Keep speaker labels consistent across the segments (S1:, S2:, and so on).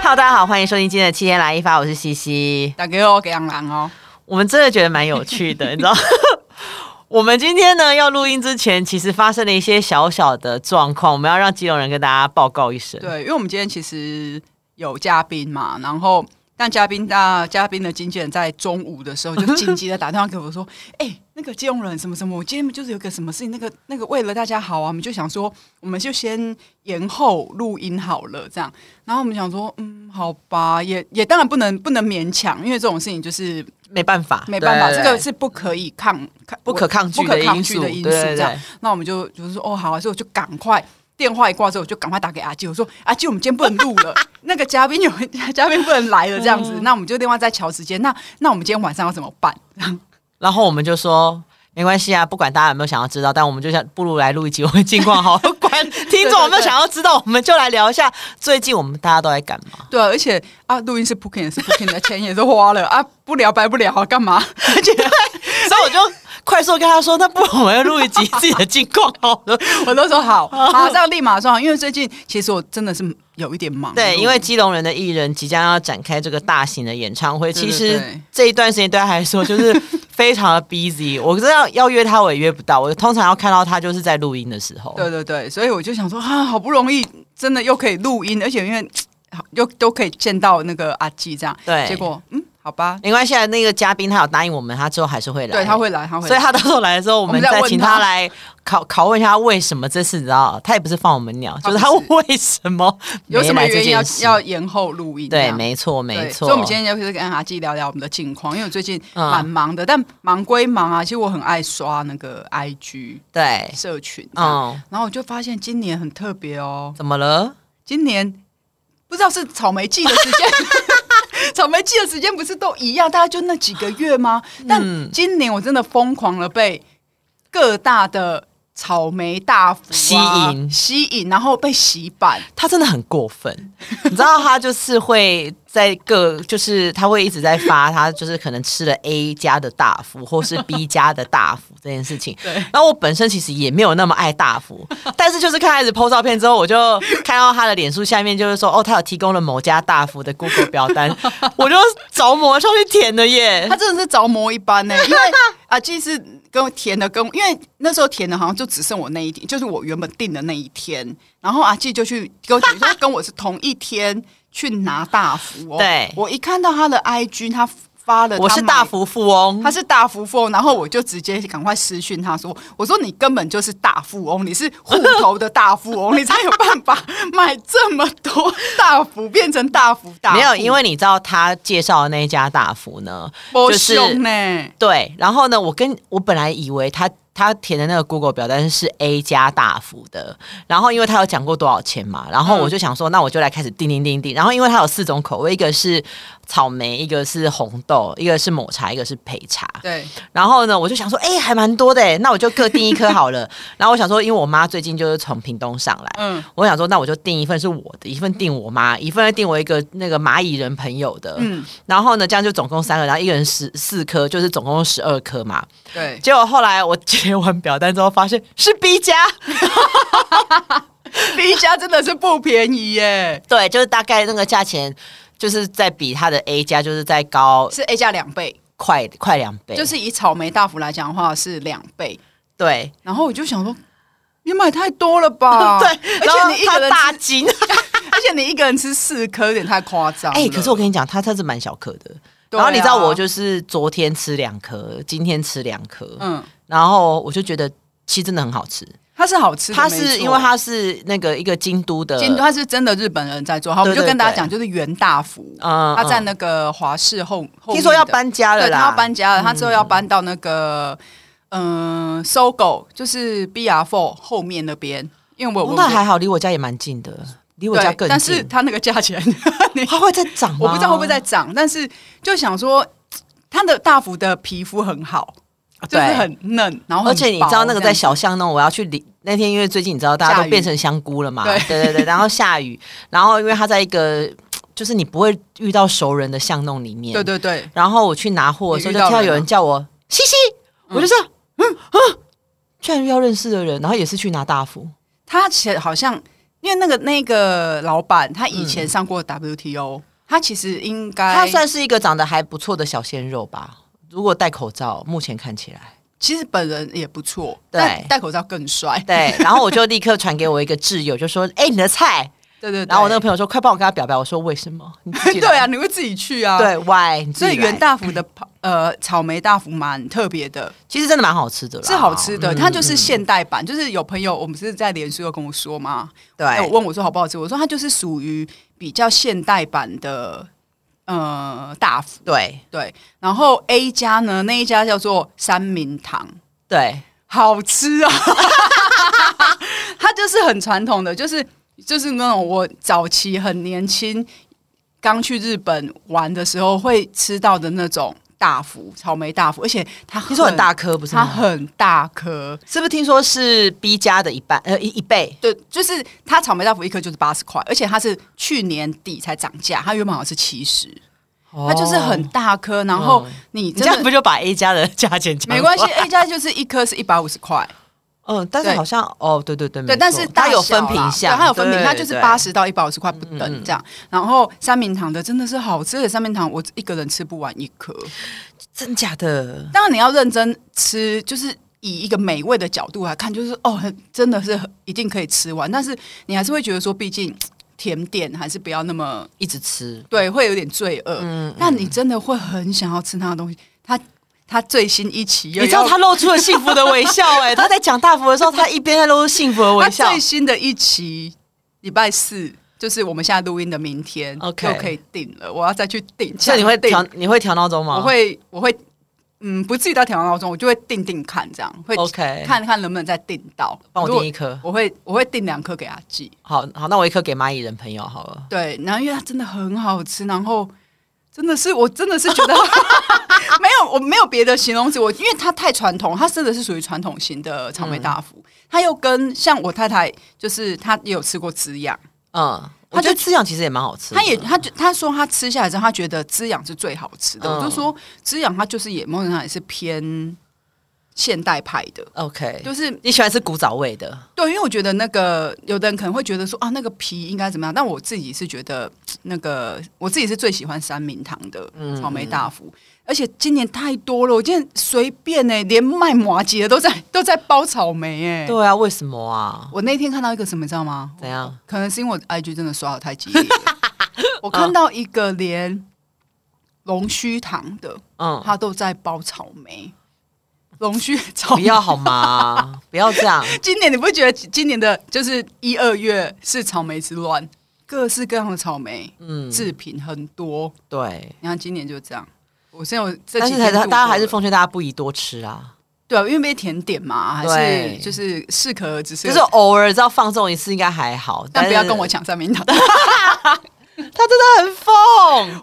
S1: Hello，大家好，欢迎收听今天的七天来一发，我是西西。
S2: 打给我给杨澜哦，
S1: 我们真的觉得蛮有趣 的，你知道。 我们今天呢要录音之前，其实发生了一些小小的状况，我们要让基隆人跟大家报告一声。
S2: 对，因为我们今天其实有嘉宾嘛，然后但嘉宾大嘉宾的经纪人在中午的时候就紧急的打电话给我说，哎、那个金融人什么什么，我今天就是有个什么事情，那个那个为了大家好啊，我们就想说，我们就先延后录音好了，这样，然后我们想说，嗯，好吧，也也当然不能不能勉强，因为这种事情就是
S1: 没办法，
S2: 没办法，
S1: 对
S2: 这
S1: 对
S2: 个
S1: 对
S2: 是不可以抗抗
S1: 不可抗拒
S2: 不可
S1: 的
S2: 抗
S1: 因
S2: 拒
S1: 素，
S2: 的
S1: 对
S2: 因素，
S1: 对
S2: 这样
S1: 对。
S2: 那我们就就是说，哦，好啊，所以我就赶快电话一挂之后，我就赶快打给阿基，我说阿基，我们今天不能录了， 那个嘉宾有嘉宾不能来了，这样
S1: 嗯
S2: 子，那我们就另外再调时间。那那我们今天晚上要怎么办？
S1: 然后我们就说。没关系啊，不管大家有没有想要知道，但我们就想不如来录一集我们近况好了，管听众有没有想要知道，我们就来聊一下最近我们大家都在干 嘛。
S2: 对啊、而且啊，录音是 booking 也是 booking 的， 钱也是花了啊，不聊白不聊啊，干嘛？ 而且
S1: 所以我就快速跟他说，那不如我们录一集自己的近况好了。
S2: 我都说好，马上立马上，因为最近其实我真的是有一点忙碌，
S1: 对，因为基隆人的艺人即将要展开这个大型的演唱会，
S2: 对对
S1: 其实
S2: 对
S1: 这一段时间对他来说就是 非常的 busy。我知道要约他，我也约不到。我通常要看到他就是在录音的时候。
S2: 对对对，所以我就想说啊，好不容易真的又可以录音，而且因为又都可以见到那个阿基这样，
S1: 对
S2: 结果嗯，好吧，
S1: 没关系啊，那个嘉宾他有答应我们，他之后还是会来。
S2: 对他。会来，他会
S1: 所以
S2: 来，
S1: 他到时候来的时候，我
S2: 我
S1: 们
S2: 们再
S1: 再
S2: 问
S1: 请
S2: 他
S1: 他来拷拷问一下，他为什么这次你知道，他也不是放我们鸟，
S2: 他
S1: 就是
S2: 不是
S1: 他为什么
S2: 有什么
S1: 没来这
S2: 原因要
S1: 件事
S2: 要延后录音这
S1: 对，
S2: 样？
S1: 没错，
S2: 对
S1: 没错。
S2: 所以我们今天就是跟阿基聊聊我们的近况，因为我最近
S1: 嗯
S2: 蛮忙的，但忙归忙啊，其实我很爱刷那个 IG
S1: 对，
S2: 社群，嗯，
S1: 嗯，
S2: 然后我就发现今年很特别哦，
S1: 怎么了？
S2: 今年不知道是草莓季的时间， 草莓季的时间不是都一样，大概就那几个月吗？
S1: 嗯
S2: 但今年我真的疯狂了，被各大的草莓大福、啊、
S1: 吸引
S2: 吸引，然后被洗版。
S1: 他真的很过分， 你知道他就是会在各，就是他会一直在发他就是可能吃了 A 加的大福或是 B 加的大福这件事情。
S2: 对
S1: 然后我本身其实也没有那么爱大 福，但是就是看他一直 PO 照片之后，我就看到他的脸书下面就是说哦，他有提供了某家大福的 Google 表 单，我就着魔上去填了耶
S2: 他。真的是着魔一般呢、因为啊，既是跟我填的跟我，因为那时候填的好像就只剩我那一天，就是我原本定的那一天。然后阿季就去跟我 说跟我是同一天去拿大福哦。
S1: 对
S2: 我一看到他的 IG，他发了，
S1: 我是大。福富翁
S2: 他，是大富翁，然后我就直接赶快私讯他说：“我说你根本就是大富翁，你是户头的大富翁，你才有办 法买这么多大福，变成大福大
S1: 没有，因为你知道他介绍的那一家大福呢，
S2: 波
S1: 就是
S2: 凶呢，
S1: 对，然后呢，我跟我本来以为他他填的那个 Google 表单是 A 加大幅的，然后因为他有讲过多少钱嘛，然后我就想说，那我就来开始叮叮叮叮。然后因为它有四种口味，一个是草莓，一个是红豆，一个是抹茶，一个是焙茶。
S2: 对，
S1: 然后呢，我就想说，哎、还蛮多的诶，那我就各订一颗好了。 然后我想说，因为我妈最近就是从屏东上来，
S2: 嗯
S1: 我想说，那我就订一份是我的，一份订我妈，一份订我一个那个蚂蚁人朋友的。
S2: 嗯，
S1: 然后呢，这样就总共三个，然后一个人十四颗，就是总共十二颗嘛。
S2: 对，
S1: 结果后来我截完表单之后，发现是 B 加，
S2: 第一家真的是不便宜耶，
S1: 对，就是大概那个价钱，就是在比它的 A 加，就是在高
S2: 是 A 加两倍，
S1: 快快两倍，
S2: 就是以草莓大福来讲的话是两倍。
S1: 对、
S2: 然后我就想说，你买太多了 吧？
S1: 对，
S2: 哦而
S1: 然后
S2: 且你一
S1: 它
S2: 个人
S1: 大
S2: 吃，
S1: 金，
S2: 而且你一个人吃四颗，有点太夸张了。
S1: 哎、可是我跟你讲，它它是蛮小颗的。
S2: 对
S1: 然
S2: 啊
S1: 后你知道我就是昨天吃两颗，今天吃两颗，
S2: 嗯。
S1: 然后我就觉得其实真的很好吃。
S2: 它是好吃的，
S1: 它
S2: 没
S1: 是
S2: 错
S1: 因为它是那个一个京都的，
S2: 京都，它是真的日本人在做。好，我们
S1: 对
S2: 就
S1: 对
S2: 跟大家
S1: 对
S2: 讲，就是袁大福，
S1: 嗯
S2: 他在
S1: 嗯
S2: 那个华视后后面的，
S1: 听说要搬家了
S2: 对，
S1: 啦，嗯
S2: 他要搬家了，他之后要搬到那个嗯搜狗，就是 BR Four 后面那边，因为我
S1: 哦
S2: 我
S1: 那还好，离我家也蛮近的，离我家
S2: 对
S1: 更近。，哦
S2: 但是他那个价钱， 你
S1: 它会再涨吗？
S2: 我不知道会不会再涨，但是就想说。他的大福的皮肤很好，就是
S1: 啊对
S2: 很嫩，然后很
S1: 而且你知道
S2: 薄
S1: 那个
S2: 这样
S1: 在
S2: 子
S1: 小巷弄，我要去离那天，因为最近你知道大家
S2: 下
S1: 都
S2: 雨
S1: 变成香菇了嘛，
S2: 对
S1: 对对对，然后下雨，然后因为它在一个就是你不会遇到熟人的巷弄里面，
S2: 对对对，
S1: 然后我去拿货的时候，
S2: 你
S1: 就
S2: 遇到
S1: 听到
S2: 人
S1: 有
S2: 吗
S1: 人叫我西西，我就这样，嗯嗯，居然遇到认识的人，然后也是去拿大福，
S2: 他前好像因为那个那个老板他以前上过 WTO，、他其实应该
S1: 它算是一个长得还不错的小鲜肉吧。如果戴口罩，目前看起来
S2: 其实本人也不错，
S1: 对
S2: 但戴口罩更帅。
S1: 对。然后我就立刻传给我一个挚友，就说：“哎、你的菜。
S2: 对对”对，
S1: 然后我那个朋友说：“快帮我跟他表白。”我说：“为什么？你自己来
S2: 对啊，你会自己去啊？，
S1: 对，why？你自
S2: 所
S1: 己
S2: 以袁
S1: 来
S2: 大福的 呃草莓大福蛮特别的，
S1: 其实真的蛮好吃的啦，
S2: 是好吃的，
S1: 嗯
S2: 它就是现代版。就是有朋友，我们是在脸书有跟我说嘛，哎我
S1: 对
S2: 问我说好不好吃，我说它就是属于比较现代版的呃大福。
S1: 对
S2: 对，然后 A 家呢，那一家叫做三明堂，
S1: 对
S2: 好吃 啊！它就是很传统的，就是就是那种我早期很年轻，刚去日本玩的时候会吃到的那种大福，草莓大福，而且它
S1: 听说很大，颗不是
S2: 它
S1: 吗？
S2: 很大颗。
S1: 是不是听说是 B 加的一半呃一一倍？
S2: 对，就是它草莓大福一颗就是八十块，而且它是去年底才涨价，它原本好像是七十，它就是很
S1: 哦，
S2: 大颗。然后
S1: 嗯
S2: 你
S1: 你
S2: 真
S1: 这
S2: 的
S1: 样不就把 A 加的价钱讲
S2: 没关系
S1: 完
S2: ，A 加就是一颗是一百五十块，
S1: 嗯，但是
S2: 对
S1: 好像哦，对对对，没
S2: 对，
S1: 错
S2: 但是
S1: 它
S2: 大
S1: 有
S2: 小
S1: 分
S2: 啦
S1: 品
S2: 对
S1: 相，
S2: 它有分
S1: 对
S2: 品，它就是
S1: 对嗯
S2: 八十到一百五十块不等这样。然后三明堂的真的是好吃，而且三明堂我一个人吃不完一颗。
S1: 真假的？
S2: 当然你要认真吃，就是以一个美味的角度来看，就是哦，很真的是很一定可以吃完，但是你还是会觉得说，毕竟甜点还是不要那么
S1: 一直吃，
S2: 对，会有点罪恶。
S1: 嗯
S2: 但你真的会很想要吃它的东西，它。它最新一期又要，
S1: 你知道他露出了幸福的微笑 哎、他在讲大福的时候，他一边在露出幸福的微笑
S2: 它。最新的一期礼拜四，就是我们现在录音的明天
S1: OK
S2: 就可以定了。我要再去定，
S1: 所啊以你会
S2: 定？
S1: 调你会调闹钟吗？
S2: 我会，我会，嗯，不至于到调闹钟，我就会定定看，这样会
S1: OK，
S2: 看看能不能再定到。
S1: 帮我
S2: 如果
S1: 订一颗。
S2: 我会我会订两颗给阿寄。
S1: 好好，那我一颗给蚂蚁人朋友好了。
S2: 对，然后因为它真的很好吃，然后真的是我真的是觉 得 没有我没有别的形容词，我因为它太传统，它真的是属于传统型的草莓大福，
S1: 嗯
S2: 它又跟像我太太就是她也有吃过滋养，
S1: 嗯，
S2: 他
S1: 我觉
S2: 就
S1: 得滋养其实也蛮好吃的。
S2: 她也她就她说她吃下来之后，她觉得滋养是最好吃的，
S1: 嗯
S2: 我就说滋养它就是也某种程度上也是偏现代派的。
S1: OK，
S2: 就是
S1: 你喜欢吃古早味的，
S2: 对，因为我觉得那个有的人可能会觉得说啊，那个皮应该怎么样，但我自己是觉得那个我自己是最喜欢三明堂的
S1: 嗯
S2: 草莓大福，而且今年太多了，我今天随便呢、连卖麻吉的都在都在包草莓哎、
S1: 对啊，为什么啊？
S2: 我那天看到一个什么，你知道吗？
S1: 怎样？
S2: 可能是因为我 IG 真的刷的太激 烈了，我看到一个连龙须糖的，
S1: 嗯，
S2: 他都在包草莓，龙须草
S1: 不
S2: 莓
S1: 要好 吗？不要这样，
S2: 今年你不觉得今年的就是一二月是草莓之乱，各式各样的草莓
S1: 嗯，
S2: 制品很多。
S1: 对。
S2: 你看今年就这样，我现在有这
S1: 但
S2: 几
S1: 是
S2: 天
S1: 大
S2: 度
S1: 家还是
S2: 过了
S1: 奉劝大家不宜多吃啊，
S2: 对啊，因为被甜点嘛，还是
S1: 对
S2: 就是适可而止，
S1: 就是偶尔只要放纵一次应该还好，
S2: 但不要
S1: 是
S2: 跟我抢三明 堂，
S1: 他真的很疯。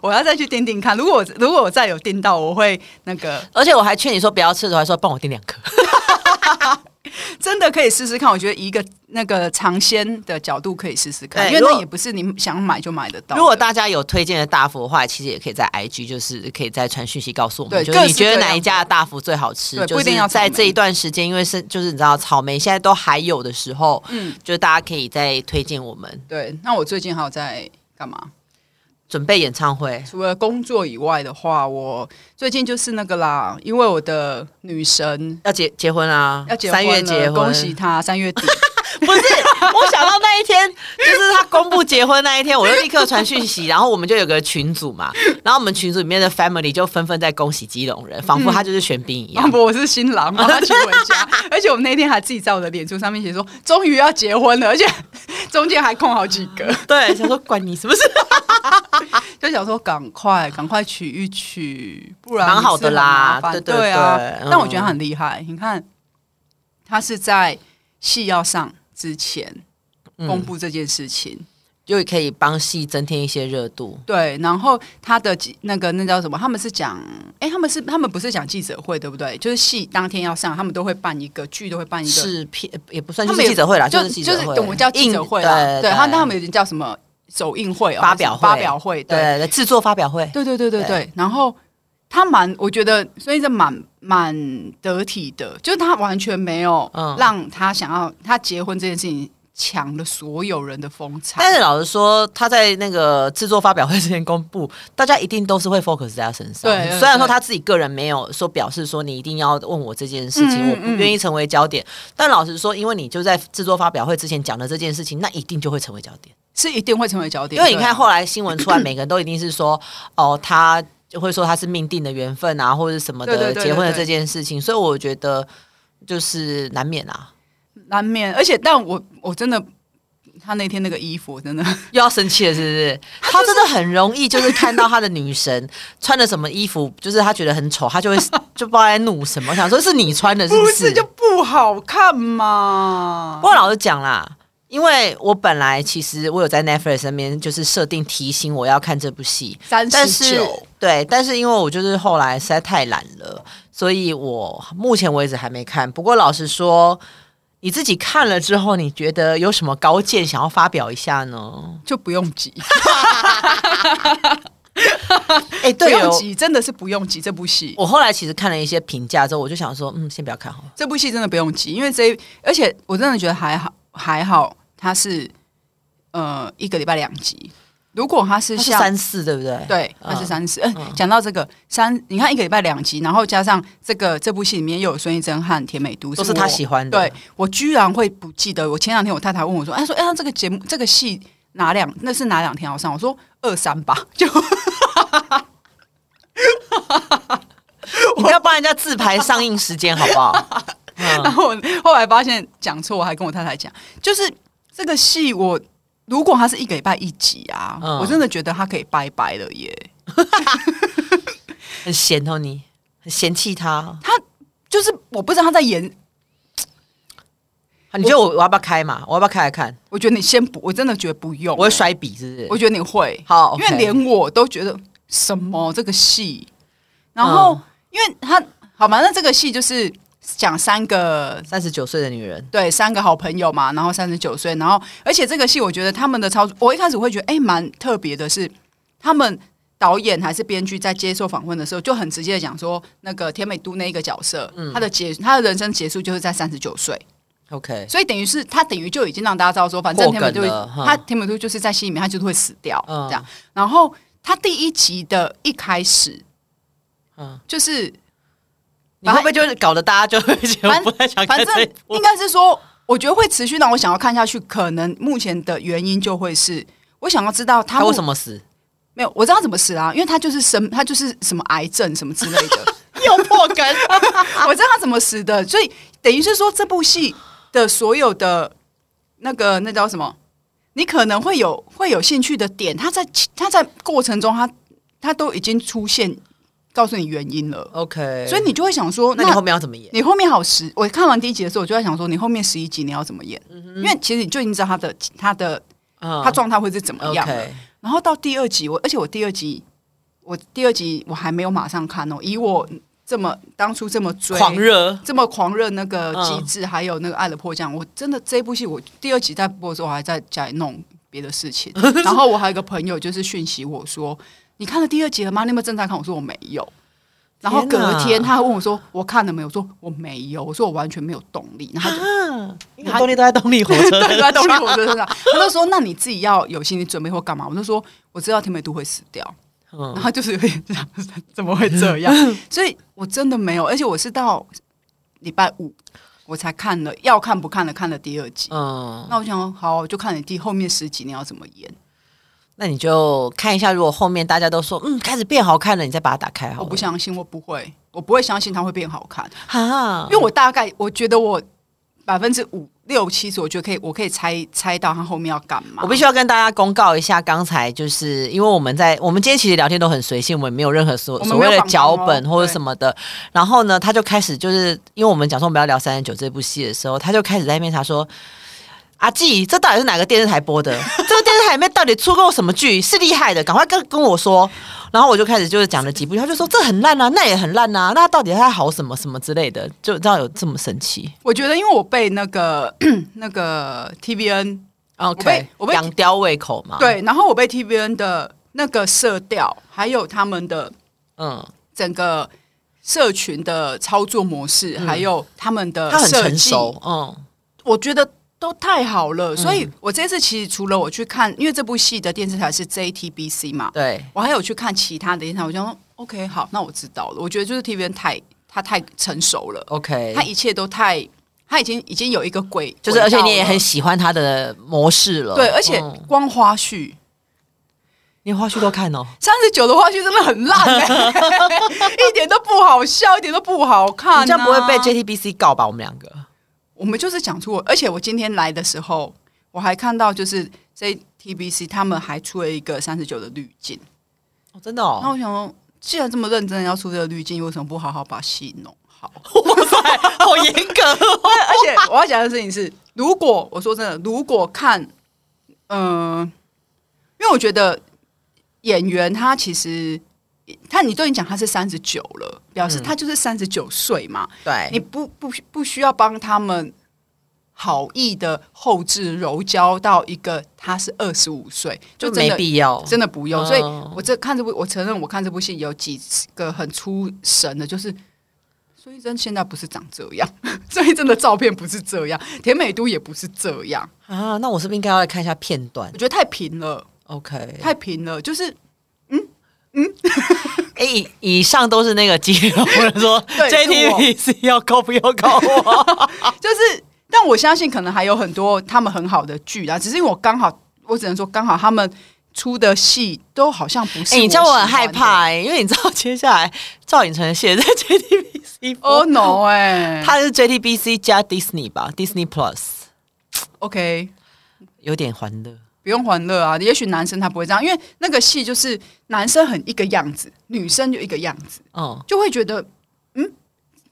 S2: 我要再去订订看。如果我如果我再有订到，我会那个
S1: 而且我还劝你说不要吃的时候，还说帮我订两颗。
S2: 真的可以试试看。我觉得以一个那个尝鲜的角度可以试试看，
S1: 对
S2: 因为
S1: 如
S2: 那
S1: 果
S2: 也不是你想买就买得到的。
S1: 如果大家有推荐的大福的话，其实也可以在 IG，就是可以再传讯息告诉我们，
S2: 对
S1: 就是
S2: 各式
S1: 你觉得
S2: 各样
S1: 哪一家的大福最好吃？
S2: 对
S1: 就
S2: 不一定要
S1: 是
S2: 草
S1: 在
S2: 莓
S1: 这一段时间，因为是就是你知道草莓现在都还有的时候，
S2: 嗯
S1: 嗯，就是大家可以再推荐我们
S2: 对，那我最近还有在干嘛？
S1: 准备演唱会。
S2: 除了工作以外的话，我最近就是那个啦，因为我的女神
S1: 要结结婚啊！
S2: 要结婚
S1: 三
S2: 了，
S1: 月结婚，
S2: 恭喜！她三月底。
S1: 不是，我想到那一天，就是他公布结婚那一天，我就立刻传讯息，然后我们就有个群组嘛，然后我们群组里面的 family 就纷纷在恭喜基隆人，
S2: 嗯
S1: 仿佛他就是玄彬一 样
S2: 然。啊后我是新郎嘛，她请回家，而且我们那天还自己在我的脸书上面写说，终于要结婚了，而且 中间还空好几 个，
S1: 对，想说管你什么事，
S2: 就想说赶快赶快娶一娶，不然
S1: 蛮好的啦
S2: 也是很麻烦
S1: 对
S2: 对
S1: 对对
S2: 啊。
S1: 嗯
S2: 但我觉得她很厉害，你看，她是在戏要上之前
S1: 嗯
S2: 公布这件事情。
S1: 就可以帮戏增添一些热度。
S2: 对，然后他的记那个那叫什么？他们是讲，哎，他们是他们不是讲记者会对不对？就是戏当天要上，他们都会办一个剧，都会办一个，
S1: 是片也不算
S2: 他
S1: 是
S2: 们也
S1: 记者会啦，
S2: 就
S1: 就是记
S2: 就
S1: 者
S2: 是
S1: 会，
S2: 我们叫记者会啦。
S1: 应
S2: 对，他那他们有点叫什么首映会、哦、
S1: 发表会
S2: 还是发表会，对，
S1: 对对制作发表会，
S2: 对对对对
S1: 对
S2: 对。然后他蛮，我觉得所以这蛮蛮得体的，就是他完全没有
S1: 嗯
S2: 让他想要他结婚这件事情抢了所有人的风采。
S1: 但是老实说，他在那个制作发表会之前公布，大家一定都是会 focus 在他身上。嗯
S2: 对对对
S1: 虽然说他自己个人没有说表示说你一定要问我这件事情，
S2: 嗯嗯
S1: 我不愿意成为焦点。但老实说，因为你就在制作发表会之前讲的这件事情，那一定就会成为焦点。
S2: 是一定会成为焦点，
S1: 因为你
S2: 对啊
S1: 看后来新闻出来，每个人都一定是 说，哦，他就会说他是命定的缘分啊，或者什么的
S2: 对对对对
S1: 结婚的
S2: 对
S1: 这件事情，所以我觉得就是难免啊，
S2: 难免，而且但我我真的，他那天那个衣服真 的，
S1: 又要生气了，是不是？ 他真的很容易就是看到他的女神 穿的什么衣服，就是他觉得很丑，他就会 就不知道在怒什么，想说是你穿的，是
S2: 不
S1: 不
S2: 是
S1: 是？
S2: 就不好看嘛
S1: 不？过老实讲啦。因为我本来其实我有在 Netflix 身边就是设定提醒我要看这部戏，
S2: 三
S1: 但
S2: 十
S1: 是
S2: 九，
S1: 对，但是因为我就是后来实在太懒了，所以我目前为止还没看。不过老实说，你自己看了之后，你觉得有什么高见想要发表一下呢？
S2: 就不用急，
S1: 哎，
S2: 不
S1: 对
S2: 用
S1: 哦，
S2: 急，真的是不用急这部戏。
S1: 我后来其实看了一些评价之后，我就想说，嗯，先不要看好了。
S2: 这部戏真的不用急，因为这一而且我真的觉得还好还好，它是呃一个礼拜两集。如果它是
S1: 它是
S2: 像
S1: 三四，对不对？
S2: 对，
S1: 嗯
S2: 它是三十。嗯，讲到这个三，你看一个礼拜两集，然后加上这个这部戏里面又有孙艺珍和田美都，
S1: 都是他
S2: 我
S1: 喜欢的。
S2: 对，我居然会不记得。我前两天我太太问我说：“哎，她说哎，那这个节目这个戏哪两那是哪两天要上？”我说：“二三吧。”就
S1: 你不要帮人家自排上映时间好不好？嗯
S2: 然后我后来发现讲错，我还跟我太太讲，就是这个戏我如果它是一个礼拜一集啊，
S1: 嗯
S2: 我真的觉得它可以拜拜了耶。
S1: 很闲哦，你很嫌弃他。
S2: 就是我不知道他在演，
S1: 你觉得我我要不要开嘛？我要不要开来看？
S2: 我觉得你先不，我真的觉得不用、
S1: 哦我会，摔笔，是不是？
S2: 我觉得你会，
S1: 好
S2: 因为
S1: OK
S2: 连我都觉得什么这个戏，然后、
S1: 嗯
S2: 因为他好嘛，那这个戏就是讲三个
S1: 三十九岁的女人，
S2: 对三个好朋友嘛，然后三十九岁，然后而且这个戏我觉得他们的操作，我一开始会觉得哎蛮特别的是，他们导演还是编剧在接受访问的时候就很直接的讲说，那个田美都那一个角色，
S1: 嗯
S2: 他的结他的人生结束就是在三十九岁，
S1: OK，
S2: 所以等于是他等于就已经让大家知道说，反正
S1: 破
S2: 田美
S1: 梗
S2: 都
S1: 了哈
S2: 他田美都就是在戏里面他就是会死掉、
S1: 嗯
S2: 这样，然后他第一集的一开始
S1: 嗯，
S2: 就是
S1: 你会不会就是搞得大家就会觉得
S2: 反
S1: 不太想
S2: 反
S1: 看
S2: 正
S1: 这一部
S2: 应？该是说，我觉得会持续让我想要看下去。可能目前的原因就会是我想要知道他
S1: 他为什
S2: 么
S1: 么死？
S2: 没有，我知道怎么死啊，因为他就是生，他就是什么癌症什么之类的，
S1: 又破梗，
S2: 我知道他怎么死的，所以等于是说这部戏的所有的那个那叫什么，你可能会有会有兴趣的点，他在他在过程中他他都已经出现告诉你原因了，
S1: OK，
S2: 所以你就会想说，
S1: 那你后面要怎么演？
S2: 你后面好十，我看完第一集的时候，我就在想说，你后面十一集你要怎么演？因为其实你就已经知道他的他的
S1: 嗯
S2: 他状态会是怎么样了。
S1: OK，
S2: 然后到第二集，我而且我第二集，我第二集我还没有马上看哦，以我这么当初这么追。
S1: 狂热
S2: 这么狂热那个
S1: 嗯
S2: 机制，还有那个《爱的迫降》，我真的这部戏，我第二集在播的时候，我还在家里弄别的事 情。然后我还有一个朋友就是讯息我说：“你看了第二集了吗？你有没有正在看？”我说：“我没有。”然后隔
S1: 天哪
S2: 天他还问我说：“我看了没有？”我说：“我没有。”我说：“我完全没有动力。”然后他就
S1: 啊！你的动力都在动力火 车
S2: 嗯对对，动力火车身上，他就说：“那你自己要有心理准备或干嘛？”我就说：“我知道甜美都会死掉。”然
S1: 嗯
S2: 后就是有点这样， 怎么会 这样？所以我真的没有，而且我是到礼拜五我才看了，要看不看了，看了第二集。
S1: 嗯，
S2: 那我想，好，我就看你第后面十集你要怎么演。
S1: 那你就看一下，如果后面大家都说嗯开始变好看了，你再把它打开好了。
S2: 我不相信，我不会，我不会相信它会变好看，
S1: 啊
S2: 因为我大概我觉得我百分之五六七十，我觉得可以，我可以猜猜到它后面要干嘛。
S1: 我必须要跟大家公告一下，刚才就是因为我们在我们今天其实聊天都很随性，我们没有任何所
S2: 我们
S1: 所
S2: 没有
S1: 谓的
S2: 仿纲
S1: 脚
S2: 哦
S1: 本或者
S2: 对
S1: 什么的。然后呢，他就开始就是因为我们讲说我们要聊《三十九》这部戏的时候，他就开始在那边查说。阿纪，这到底是哪个电视台播 的？这个电视台里面到底出过什么剧是厉害的？赶快跟跟我说。然后我就开始就是讲了几部，他就说这很烂啊，那也很烂啊，那到底他好什么什么之类的，就知道有这么神奇。
S2: 我觉得，因为我被那个 那个 TVN 被哦我被
S1: 养刁胃口嘛。，
S2: 对，然后我被 TVN 的那个色调，还有他们的
S1: 嗯，
S2: 整个社群的操作模式，还有他们的
S1: 嗯他很
S2: 呃设
S1: 成
S2: 计，
S1: 熟，嗯。嗯
S2: 我觉得都太好了。所以我这次其实除了我去看，因为这部戏的电视台是 JTBC 嘛，
S1: 对，
S2: 我还有去看其他的电视台，我就说 OK，好，那我知道了。我觉得就是 TVN 太他太成熟了，
S1: OK，
S2: 他一切都太他已经已经有一个轨，
S1: 就是而且你也很
S2: 轨
S1: 喜欢他的模式了。
S2: 道了对，而且
S1: 嗯
S2: 光花絮。
S1: 你花絮都看哦。
S2: 三十九的花絮真的很烂、欸，一点都不好笑，一点都不好看、啊。
S1: 你这样不会被 JTBC 告吧？我们两个
S2: 我们就是讲出我，而且我今天来的时候，我还看到就是 JTBC 他们还出了一个三十九的滤镜，
S1: 哦，真的
S2: 然
S1: 哦，
S2: 后我想说，既然这么认真要出这个滤镜，为什么不好好把戏弄好？
S1: 哇塞，好严格哦。
S2: 而且我要讲的事情是，如果我说真的，如果看，嗯、因为我觉得演员他其实他你都已经讲他是三十九了，表
S1: 嗯
S2: 示他就是三十九岁嘛，
S1: 对
S2: 你不不不需要帮他们好意的后置柔焦到一个他是二十五岁，就
S1: 就
S2: 真
S1: 没
S2: 的
S1: 必要，
S2: 真的不用。所以
S1: 哦嗯
S2: 我这看这部，我承认我看这部戏有几个很出神的，就是孙艺珍现在不是长这样， 孙艺珍的照片不是这样，田美都也不是这样，
S1: 啊。那我是不是应该要来看一下片段
S2: 我觉得太平了，
S1: ？OK，
S2: 太平了，就是
S1: 哎，以以上都是那个肌肉，我 说
S2: 是我
S1: JTBC 要告不要告我？
S2: 就是，但我相信可能还有很多他们很好的剧啊，只是因为我刚好，我只能说刚好他们出的戏都好像不是、
S1: 哎，你这样我很害怕。哎，因为你知道接下来赵寅成写在 JTBC 播
S2: 哦、no！哎、
S1: 他是 JTBC 加 Disney 吧，Disney Plus
S2: OK，
S1: 有点欢乐。
S2: 不用欢乐啊。也许男生他不会这样，因为那个戏就是男生很一个样子，女生就一个样子，
S1: 嗯，
S2: 就会觉得嗯，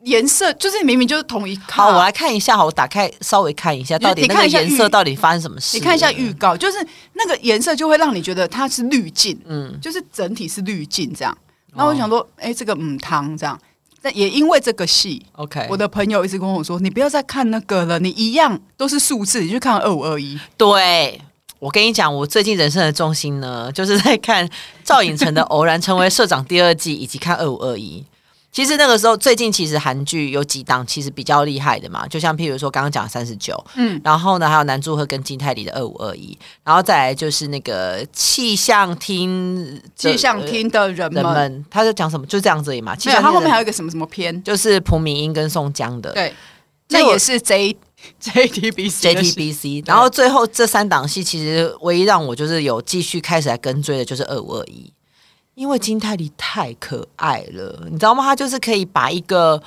S2: 颜色就是明明就是同一
S1: 好，
S2: 咖。
S1: 我来看一下，好，我打开稍微看一下，
S2: 你
S1: 到底
S2: 你
S1: 那
S2: 看
S1: 个
S2: 一下
S1: 颜
S2: 预
S1: 色到底发生什么事？
S2: 你看一下预告，就是那个颜色就会让你觉得它是滤镜，嗯，就是整体是滤镜这样。
S1: 哦
S2: 然后我想说，哎、这个母汤这样，但也因为这个戏，
S1: ，OK，
S2: 我的朋友一直跟我说，你不要再看那个了，你一样都是数字，你去看二五二一。
S1: 对。我跟你讲，我最近人生的重心呢，就是在看赵寅成的《偶然成为社长》第二季，以及看二五二一。其实那个时候，最近其实韩剧有几档其实比较厉害的嘛，就像譬如说刚刚讲三十九，嗯，然后呢还有南柱赫跟金泰梨的二五二一，然后再来就是那个气象厅的
S2: 气象厅的人们，
S1: 呃人们，他在讲什么？就这样子而已嘛。气
S2: 没
S1: 象
S2: 有，他后面还
S1: 有
S2: 有一个什么什么篇，
S1: 就是朴敏英跟宋江的
S2: 对，
S1: 那
S2: 这
S1: 我
S2: 也 是 J JTBC 的戏
S1: JTBC，然后最后这三档戏其实唯一让我就是有继续开始来跟追的就是二五二一，因为金泰梨太可爱了，你知道吗？他就是可以把一个。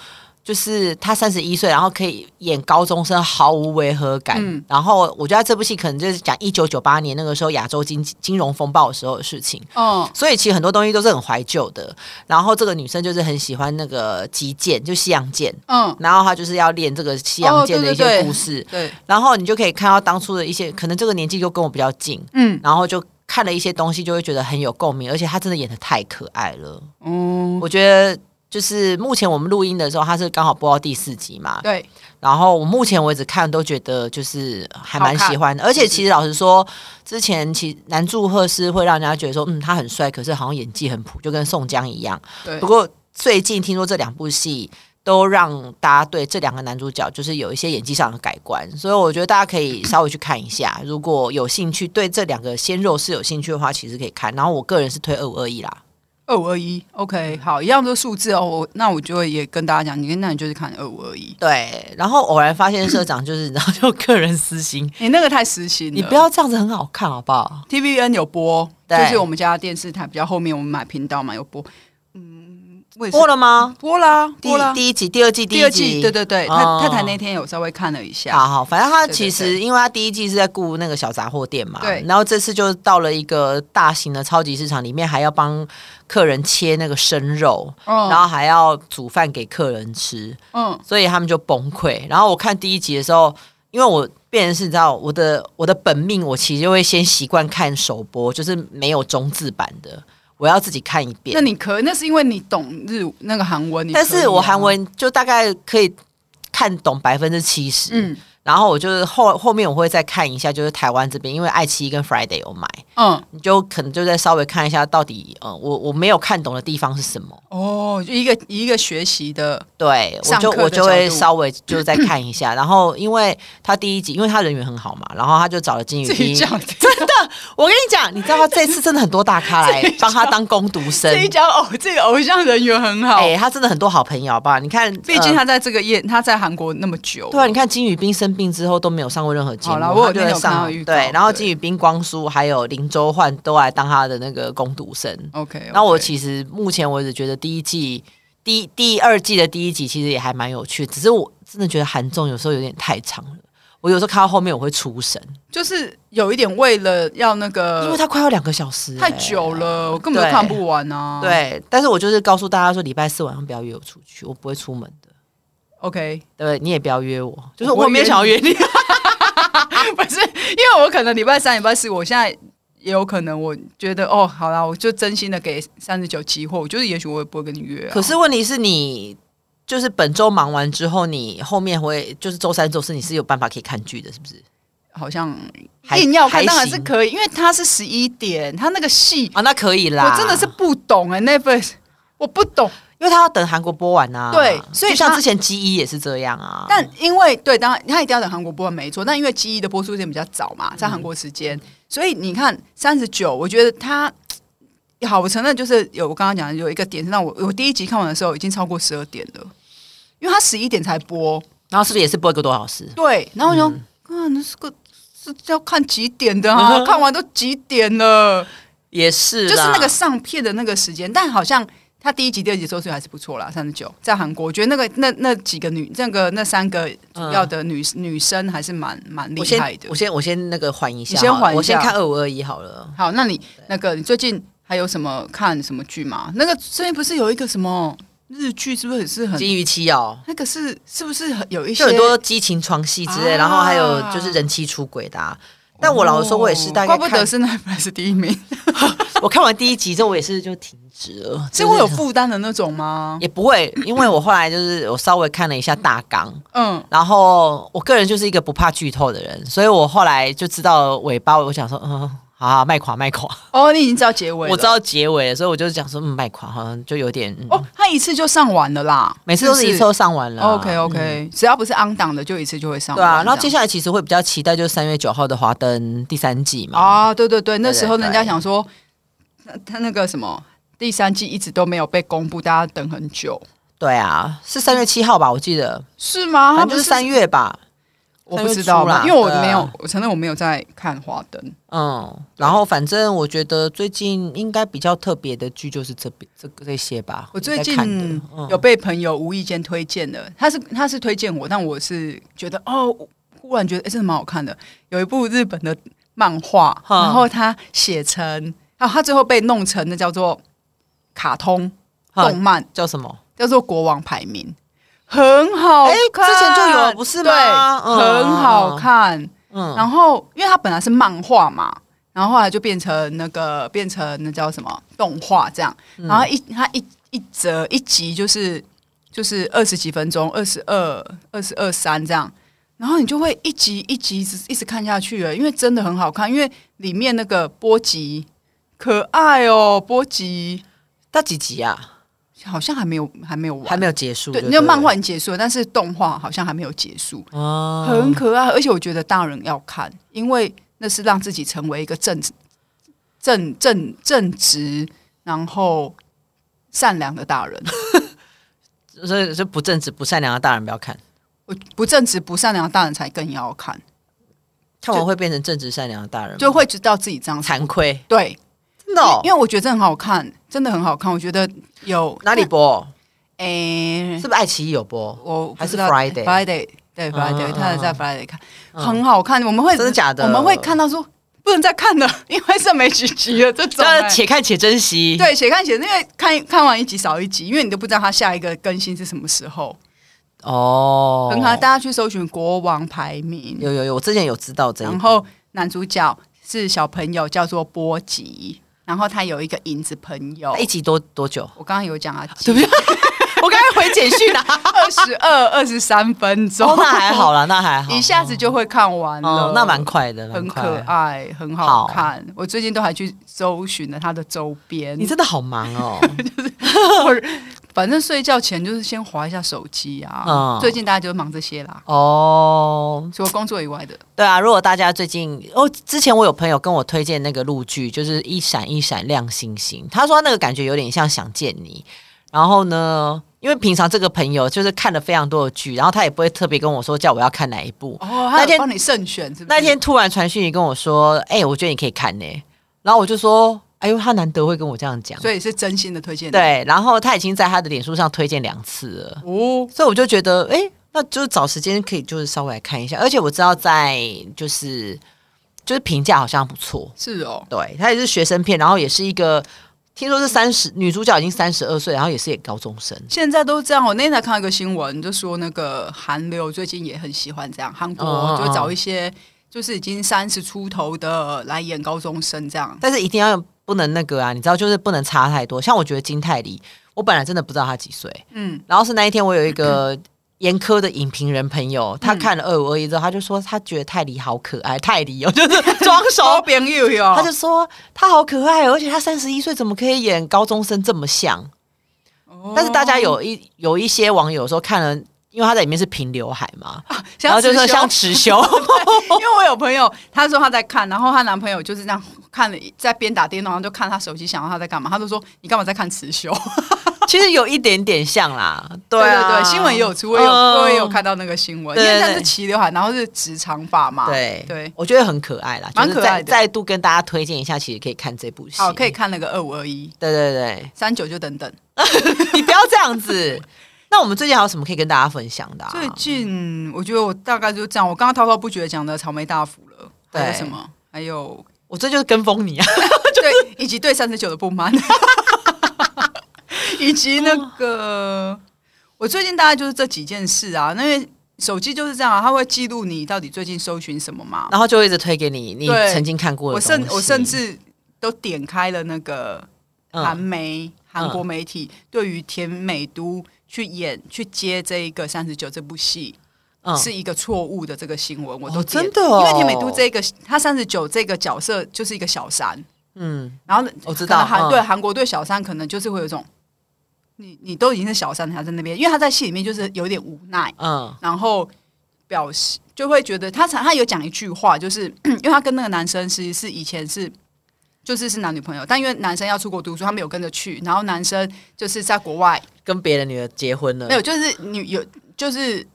S1: 就是他三十一岁，然后可以演高中生，毫无违和感。
S2: 嗯
S1: 然后我觉得他这部戏可能就是讲一九九八年那个时候亚洲金金融风暴的时候的事情。
S2: 嗯，
S1: 所以其实很多东西都是很怀旧的。然后这个女生就是很喜欢那个击剑，就西洋剑，
S2: 嗯，
S1: 然后她就是要练这个西洋剑的一
S2: 哦对对
S1: 些
S2: 对
S1: 故事。
S2: 对，
S1: 然后你就可以看到当初的一些，可能这个年纪就跟我比较近，
S2: 嗯，
S1: 然后就看了一些东西，就会觉得很有共鸣，而且她真的演的太可爱了。
S2: 嗯，
S1: 我觉得就是目前我们录音的时候，她是刚好播到第四集嘛，
S2: 对，
S1: 然后我目前为止看都觉得就是还蛮
S2: 好看
S1: 喜欢的，而且
S2: 就是
S1: 其实老实说，之前其男祝贺是会让人家觉得说，嗯，他很帅，可是好像演技很普，就跟宋江一样。
S2: 对
S1: 不，过最近听说这两部戏都让大家对这两个男主角就是有一些演技上的改观，所以我觉得大家可以稍微去看一下，如果有兴趣对这两个鲜肉是有兴趣的话，其实可以看。然后我个人是推二五二一啦，
S2: 二五二一，OK，好，一样都是数字哦。我那我就也跟大家讲，你那你就是看二五二一，
S1: 对。然后偶然发现社长就是，然后就个人私心，
S2: 你那个太私心 了，
S1: 你不要这样子很好看好不好？
S2: TVN 有播，就
S1: 对
S2: 是我们家电视台比较后面，我们买频道嘛有播，嗯，我也是
S1: 播了吗？
S2: 播啦，
S1: 第
S2: 播啦，
S1: 第一集、第二季、
S2: 第
S1: 一
S2: 二
S1: 季，
S2: 季，对对对，
S1: 哦
S2: 太太太那天有稍微看了一下，
S1: 好好，反正他
S2: 对对
S1: 其实
S2: 对
S1: 因为他第一季是在雇那个小杂货店嘛，
S2: 对
S1: 然后这次就到了一个大型的超级市场，里面还要帮客人切那个生肉，
S2: 嗯
S1: 然后还要煮饭给客人吃，
S2: 嗯，
S1: 所以他们就崩溃。然后我看第一集的时候，因为我变成是你知道我的我的本命，我其实就会先习惯看首播，就是没有中字版的，我要自己看一遍
S2: 那。你可那是因为你懂日那个韩文，你
S1: 但
S2: 可以
S1: 是
S2: 啊
S1: 我韩，文就大概可以看懂百分之七十，
S2: 嗯
S1: 然后我就是后后面我会再看一下，就是台湾这边，因为爱奇艺跟 Friday 有买，
S2: 嗯，
S1: 你就可能就再稍微看一下到底呃我我没有看懂的地方是什么。
S2: 哦，就一个一个学习的，
S1: 对，我
S2: 上
S1: 就
S2: 课
S1: 我
S2: 的
S1: 就
S2: 角
S1: 会
S2: 度
S1: 稍微就是再看一下，然后因为他第一集，因为他人缘很好嘛，然后他就找了金宇
S2: 自己
S1: 彬。
S2: 讲
S1: 真的，我跟你讲，你知道他这次真的很多大咖来
S2: 自己讲
S1: 帮他当攻读生
S2: 这，一家偶哦这个偶像人缘很好，
S1: 哎、他真的很多好朋友，好不好？你看，
S2: 毕竟
S1: 呃
S2: 他在这个业，他在韩国那么久，
S1: 对啊，你看金宇彬生病之后都没有上过任何节目，
S2: 好啦我有
S1: 他就
S2: 那
S1: 在
S2: 天有看
S1: 上
S2: 到预告
S1: 对，然后
S2: 对
S1: 金宇彬、光洙还有林周焕都来当他的那个攻读生。
S2: OK，
S1: 那我其实目前为止觉得第一季、第一第二季的第一集其实也还蛮有趣，只是我真的觉得韩综有时候有点太长了。我有时候看到后面我会出神，
S2: 就是有一点为了要那个，
S1: 因为它快要两个小时、
S2: 呃太
S1: 欸
S2: 久。了，我根本
S1: 对
S2: 就看不完啊。
S1: 对，但是我就是告诉大家说，礼拜四晚上不要约我出去，我不会出门的。
S2: ，OK，
S1: 对，你也不要约我，就是
S2: 我不会
S1: 我没有
S2: 约
S1: 想要
S2: 你
S1: 约你。
S2: 不是因为我可能礼拜三、礼拜四，我现在也有可能，我觉得哦，好啦，我就真心的给三十九期货，我就是也许我也不会跟你约、啊。
S1: 可是问题是你就是本周忙完之后，你后面会就是周三、周四你是有办法可以看剧的，是不是？
S2: 好像
S1: 还
S2: 硬要
S1: 还
S2: 看当然是
S1: 行
S2: 可以，因为他是十一点，他那个戏
S1: 啊，那可以啦。
S2: 我真的是不懂哎、那份我不懂。
S1: 因为他要等韩国播完啊。
S2: 对所以
S1: 就像
S2: 他
S1: 之前 G 一也是这样啊。
S2: 但因为对，当然他一定要等韩国播完没错，但因为记忆的播出时间比较早嘛，在韩国时间，所以你看三十九，我觉得他。好，我承认就是有我刚刚讲的有一个点是让我我第一集看完的时候已经超过十二点了，因为他十一点才播，
S1: 然后是不是也是播一个多小时？
S2: 对，然后我就啊，那是个是要看几点的啊？看完都几点了？
S1: 也是，
S2: 就是那个。上片的那个时间，但好像他第一集、第二集收视率还是不错啦，三十九，在韩国，我觉得那个那那几个女，那个那三个主要的女、女生还是蛮蛮厉
S1: 我先
S2: 害的
S1: 我。先我先那个缓一下
S2: 你
S1: 好了，
S2: 先缓一下
S1: 我先看二五二一好了。
S2: 好，那你那个你最近还有什么看什么剧吗？那个最近不是有一个什么日剧，是不是也是很
S1: 金鱼期哦，
S2: 那个是是不是很有一些
S1: 就很多激情床戏之类，
S2: 啊
S1: 然后还有就是人妻出轨的、啊。但我老实说，我也是大概
S2: 哦怪不
S1: 看
S2: 得是那本是第一名，
S1: 我看完第一集之后，我也是就停止了。
S2: 是会有
S1: 就是
S2: 负担的那种吗？
S1: 也不会，因为我后来就是我稍微看了一下大纲，
S2: 嗯，
S1: 然后我个人就是一个不怕剧透的人，所以我后来就知道尾巴，我想说，嗯，好好卖垮卖垮，
S2: 哦，你已经知道结尾了，
S1: 我知道结尾了，所以我就想说，嗯，卖垮好像就有点，嗯、
S2: 哦，他一次就上完了啦，
S1: 每次都是
S2: 不
S1: 一次都上完了啊、
S2: OK OK，、只要不是 on 档的，就一次就会上
S1: 对
S2: 完
S1: 啊，
S2: 这样。
S1: 然后接下来其实会比较期待就是三月九号的华灯第三季嘛，
S2: 啊，对对对，那
S1: 对
S2: 时候人家
S1: 对
S2: 想说，他他那个什么第三季一直都没有被公布，大家等很久，
S1: 对啊，是三月七号吧，我记得，
S2: 是吗？
S1: 反
S2: 他
S1: 正
S2: 啊不
S1: 就是三，月吧，
S2: 我不知道啦，
S1: 三
S2: 因
S1: 月初啦
S2: 为我
S1: 对啊
S2: 没有，我承认我没有在看华灯。
S1: 嗯，然后反正我觉得最近应该比较特别的剧就是这边这个这些吧，
S2: 我最
S1: 在
S2: 近
S1: 看的嗯
S2: 有被朋友无意间推荐的，他是他是推荐我，但我是觉得哦，忽然觉得哎、诶真的蛮好看的。有一部日本的漫画，
S1: 哈
S2: 然后他写成，然后他最后被弄成那叫做卡通
S1: 哈
S2: 动漫，
S1: 叫什么？
S2: 叫做《国王排名》，很好
S1: 哎
S2: 看，
S1: 之前就有不是吗
S2: 对，
S1: 嗯
S2: 很好看。
S1: 嗯，
S2: 然后，因为它本来是漫画嘛，然后后来就变成那个变成那叫什么动画这样，
S1: 嗯
S2: 然后一它一一折一集就是就是二十几分钟，二十二二十二三这样。然后你就会一集一集一直一直看下去了，因为真的很好看，因为里面那个波吉可爱哦，波吉
S1: 到几集啊？
S2: 好像还没有还没有完
S1: 还，没有结束。
S2: 对，
S1: 就
S2: 那漫画
S1: 了
S2: 已经结束了，但是动画好像还没有结束，
S1: 哦，
S2: 很可爱，而且我觉得大人要看，因为那是让自己成为一个正正正正直，然后善良的大人。
S1: 所以就不正直、不善良的大人不要看，
S2: 我不正直、不善良的大人才更要看，
S1: 看完会变成正直善良的大人吗，
S2: 就会知道自己这样
S1: 惭愧。
S2: 对，
S1: 真的嗯哦、
S2: 因为我觉得很好看，真的很好看。我觉得有
S1: 哪里？播？
S2: 诶、
S1: 是不是爱奇艺有播？
S2: 我不
S1: 还是
S2: 知道
S1: Friday？
S2: Friday 对 Friday，、
S1: 嗯
S2: 他也在
S1: 嗯
S2: Friday 看，
S1: 嗯
S2: 很好看。我们会
S1: 真的假的
S2: 我们会看到说不能再看了， 因为剩没几集了，这种、
S1: 这
S2: 欸。
S1: 呃且看且珍惜。，
S2: 对，且看且因为看看完一集少一集，因为你都不知道它下一个更新是什么时候。
S1: 哦，
S2: 很好，大家去搜寻国王排名，
S1: 有有有，我之前有知道这一部
S2: 然后男主角是小朋友，叫做波吉，然后他有一个影子朋友
S1: 哦那。一集多多久？
S2: 我刚刚有讲啊，
S1: 哎 对不对？我刚才回简讯啦、
S2: 二十二、二十三分钟
S1: 哦，，那还好啦，那还好，
S2: 一下子就会看完了，
S1: 哦，那蛮快的，蛮
S2: 很
S1: 快
S2: 可。爱，很好看。我最近都还去搜寻了它的周边
S1: 你，真的好忙 哦，
S2: 反正睡觉前就是先划一下手机啊。
S1: 嗯
S2: 最近大家就忙这些啦，
S1: 哦，
S2: 除了工作以外的。
S1: 对啊，如果大家最近哦，之前我有朋友跟我推荐那个陆剧，就是《一闪一闪亮星星》，他说那个感觉有点像《想见你》。然后呢，因为平常这个朋友就是看了非常多的剧，然后他也不会特别跟我说叫我要看哪一部。
S2: 哦，
S1: 那
S2: 他有
S1: 天
S2: 帮你慎选是不是？
S1: 那天突然传讯息跟我说：“哎、我觉得你可以看呢、然后我就说：“哎呦，他难得会跟我这样讲。
S2: 所以是真心的推荐你。”
S1: 对，然后他已经在他的脸书上推荐两次了。
S2: 哦，
S1: 所以我就觉得，哎、那就是找时间可以就是稍微来看一下，而且我知道在就是就是评价好像不错，
S2: 是哦，
S1: 对，它也是学生片，然后也是一个听说是三十女主角已经三十二岁，然后也是也高中生，
S2: 现在都这样。我哦那天才看到一个新闻，就说那个韩流最近也很喜欢这样，韩
S1: 嗯
S2: 国
S1: 嗯
S2: 就找一些就是已经三十出头的来演高中生这样。
S1: 但是一定要不能那个啊，你知道就是不能差太多。像我觉得金泰梨，我本来真的不知道她几岁，
S2: 嗯，
S1: 然后是那一天我有一个。严苛的影评人朋友，他看了二五二一之后，他就说他觉得泰梨好可爱，泰梨哦，就是 装熟
S2: 周边又有，
S1: 他就说他好可爱哦，而且他三十一岁，怎么可以演高中生这么像？
S2: 哦
S1: 但是大家有一有一些网友说看了，因为他在里面是平刘海嘛，然
S2: 想
S1: 后
S2: 要
S1: 就说
S2: 说
S1: 像持 修，
S2: 因为我有朋友，她说她在看，然后她男朋友就是这样看了，在边打电动，然后就看她手机，想到她在干嘛，他就说你干嘛在看雌雄？
S1: 其实有一点点像啦。对
S2: 对
S1: 啊
S2: 对，新闻也有出，我也有、
S1: 嗯
S2: 我也有看到那个新闻，
S1: 对
S2: 因
S1: 对
S2: 为那是齐刘海，然后是直长发嘛，
S1: 对
S2: 对，
S1: 我觉得很可爱啦，
S2: 蛮
S1: 就是
S2: 可爱
S1: 再
S2: 的
S1: 再度跟大家推荐一下，其实可以看这部戏。
S2: 好，可以。看那个二五二一
S1: 对对对，
S2: 三九就等等。
S1: 你不要这样 子。那我们最近还有什么可以跟大家分享的、啊？
S2: 最近我觉得我大概就这样，我刚刚滔滔不绝讲的草莓大福了，
S1: 对
S2: 还有什么？还有
S1: 我这就是跟风你啊，
S2: 对，以及对三十九的不满， 以及那个我最近大概就是这几件事啊，因为手机就是这样啊，它会记录你到底最近搜寻什么嘛。
S1: 然后就一直推给你你
S2: 对
S1: 曾经看过的
S2: 我甚
S1: 东西
S2: 我甚至都点开了那个韩
S1: 嗯
S2: 媒韩、国媒体对于田美都去演去接这一个三十九这部戏，
S1: 嗯
S2: 是一个错误的这个新闻，我都
S1: 哦
S2: 点
S1: 真的哦
S2: 因为田美都这个她三十九这个角色就是一个小三，
S1: 嗯
S2: 然后
S1: 我知
S2: 可
S1: 道
S2: 能韩、
S1: 嗯
S2: 对韩国对小三可能就是会有一种，你你都已经是小三，你还在那边，因为她在戏里面就是有点无奈，
S1: 嗯
S2: 然后表示就会觉得她常她有讲一句话，就是 因为她跟那个男生是是以前是。就是是男女朋友，但因为男生要出国读书，他没有跟着去，然后男生就是在国外
S1: 跟别的女的结婚了，
S2: 没有，就是你有，就是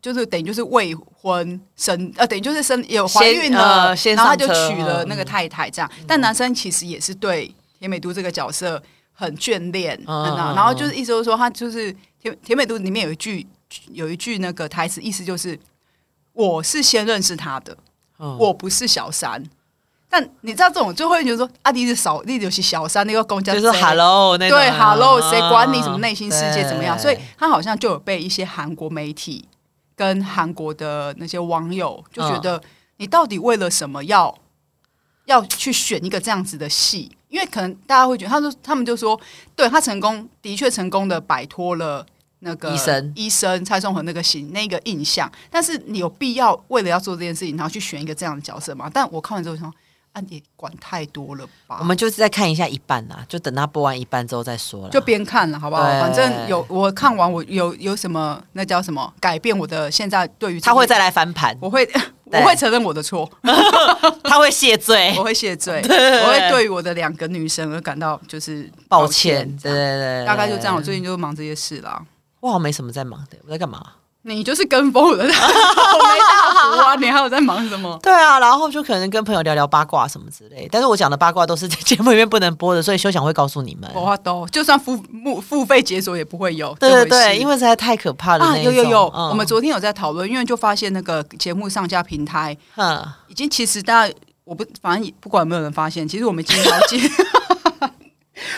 S2: 就是等于就是未婚生，呃，等于就是生有怀
S1: 先
S2: 孕了，
S1: 呃先
S2: 然后他
S1: 上
S2: 就
S1: 车
S2: 娶了那个
S1: 嗯
S2: 太太这样。但男生其实也是对甜美都这个角色很眷恋，
S1: 嗯
S2: 很啊
S1: 嗯
S2: 然后
S1: 嗯
S2: 就是意思就是说他就是甜甜美都里面有一句有一句那个台词，意思就是我是先认识他的，
S1: 嗯
S2: 我不是小三。但你知道这种就会觉得说，啊，你是少，你就是小三，那个公家
S1: 就是 hello 那种
S2: 对，Hello，谁啊管你什么
S1: 嗯
S2: 内心世界怎么样？
S1: 对
S2: 所以他好像就有被一些韩国媒体跟韩国的那些网友就觉
S1: 嗯
S2: 得，你到底为了什么要要去选一个这样子的戏？因为可能大家会觉得，他说他们就说，对他成功，的确成功的摆脱了。那个
S1: 医生
S2: 医生蔡松和那个形那个印象，但是你有必要为了要做这件事情，然后去选一个这样的角色吗？但我看完之后想，啊，你也管太多了吧？
S1: 我们就是再看一下一半啦，就等他播完一半之后再说了。
S2: 就边看了，好不好？
S1: 对
S2: 反正有我看完，我有有什么那叫什么改变我的现在对于这
S1: 他会
S2: 件
S1: 再来翻盘，
S2: 我会 我会承认我的错，
S1: 他会谢罪
S2: 我，会谢罪， 我会对于我的两个女生而感到就是
S1: 抱
S2: 歉
S1: 歉，，对对对对，
S2: 大概就这样。我最近就忙这些事啦。
S1: 我好像没什么在忙的，我在干嘛？
S2: 你就是跟风我的，我没大福啊！你还有在忙 什么？
S1: 对啊，然后就可能跟朋友聊聊八卦什么之类，但是我讲的八卦都是在节目里面不能播的，所以休想会告诉你们。
S2: 我都就算付付付费解锁也不会有这
S1: 对
S2: 回
S1: 对
S2: 事。
S1: 对，因为实在太可怕了。
S2: 啊，有有有，我们
S1: 做，
S2: 昨天有在讨论，因为就发现那个节目上架平台
S1: 嗯
S2: 已经其实大家我不反正也不管有没有人发现，其实我们已经好几，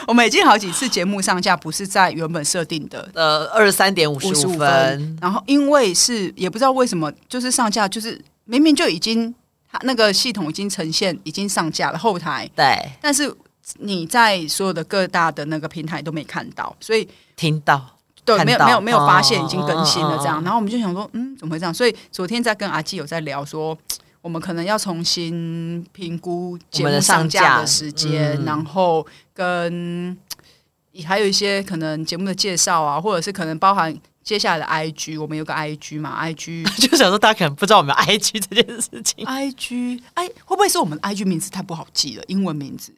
S2: 我们已经好几次节目上架不是在原本设定的
S1: 呃，二十三点五十
S2: 五十
S1: 五分
S2: 五分，，然后因为是也不知道为什么，就是上架就是明明就已经它那个系统已经呈现已经上架了后台，
S1: 对，
S2: 但是你在所有的各大的那个平台都没看到，所以
S1: 听到
S2: 对，
S1: 看
S2: 没有
S1: 到
S2: 没有没有发现已经更新了
S1: 嗯
S2: 这
S1: 嗯
S2: 样，
S1: 嗯
S2: 然后我们就想说，嗯，怎么会这样？所以昨天在跟阿基有在聊说，我们可能要重新评估
S1: 我
S2: 节
S1: 们
S2: 目
S1: 的上
S2: 上
S1: 架
S2: 架的时间，
S1: 嗯
S2: 然后跟还有一些可能节目的介绍啊，或者是可能包含接下来的 IG，我们有个 IG 嘛，IG
S1: 就想说大家可能不知道我们 IG 这件事情，
S2: IG 哎，会不会是我们的 IG 名字太不好记了？英文名字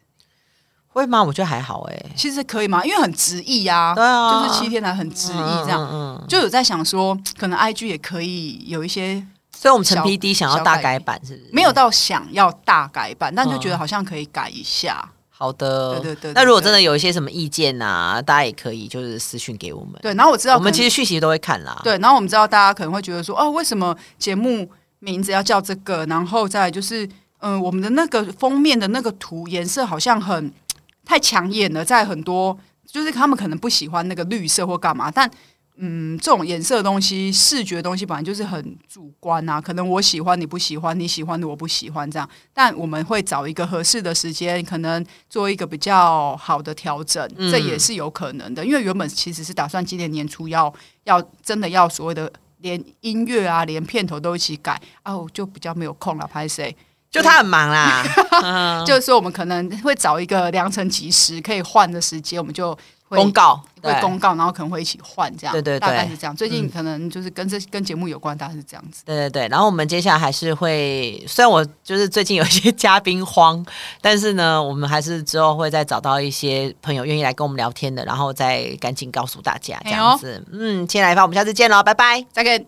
S1: 会吗？我觉得还好哎、
S2: 其实可以吗？因为很直译啊，
S1: 对啊
S2: 就是七天来很直译这样，
S1: 嗯嗯嗯
S2: 就有在想说，可能 IG 也可以有一些
S1: 所以我们陈
S2: 小
S1: PD 想要
S2: 小
S1: 大
S2: 改
S1: 改版，是不是？
S2: 没有到想要大改版，但就
S1: 嗯
S2: 觉得好像可以改一下。
S1: 好的，
S2: 对对对对
S1: 那如果真的有一些什么意见啊，大家也可以就是私讯给我们。
S2: 对，然后我知道
S1: 我们其
S2: 实
S1: 实讯息都会看啦。，
S2: 对，然后我们知道大家可能会觉得说，哦，为什么节目名字要叫这个？然后再来就是，嗯，我们的那个封面的那个图颜色好像很太抢眼了，在很多就是他们可能不喜欢那个绿色或干嘛，但。嗯，这种颜色的东西、视觉的东西，本来就是很主观啊。可能我喜欢，你不喜欢；你喜欢的，我不喜欢。这样，但我们会找一个合适的时间，可能做一个比较好的调整，
S1: 嗯
S2: 这也是有可能的。因为原本其实是打算今年年初要要真的要所谓的连音乐啊，连片头都一起改啊，我就比较没有空了，拍谁？
S1: 就他很忙 啦。嗯
S2: 就是说我们可能会找一个良辰吉时可以换的时间，我们就会
S1: 公告
S2: 会
S1: 对
S2: 公告，然后可能会一起换这样，
S1: 对嗯对
S2: 大概
S1: 对
S2: 是这样。最近可能就是跟这、跟节目有关，大概是这样子。
S1: 对对对，然后我们接下来还是会，虽然我就是最近有一些 嘉宾荒，但是呢，我们还是之后会再找到一些朋友愿意来跟我们聊天的，然后再赶紧告诉大家这样子。嗯，先来一发，我们下次见喽，拜拜。
S2: 大概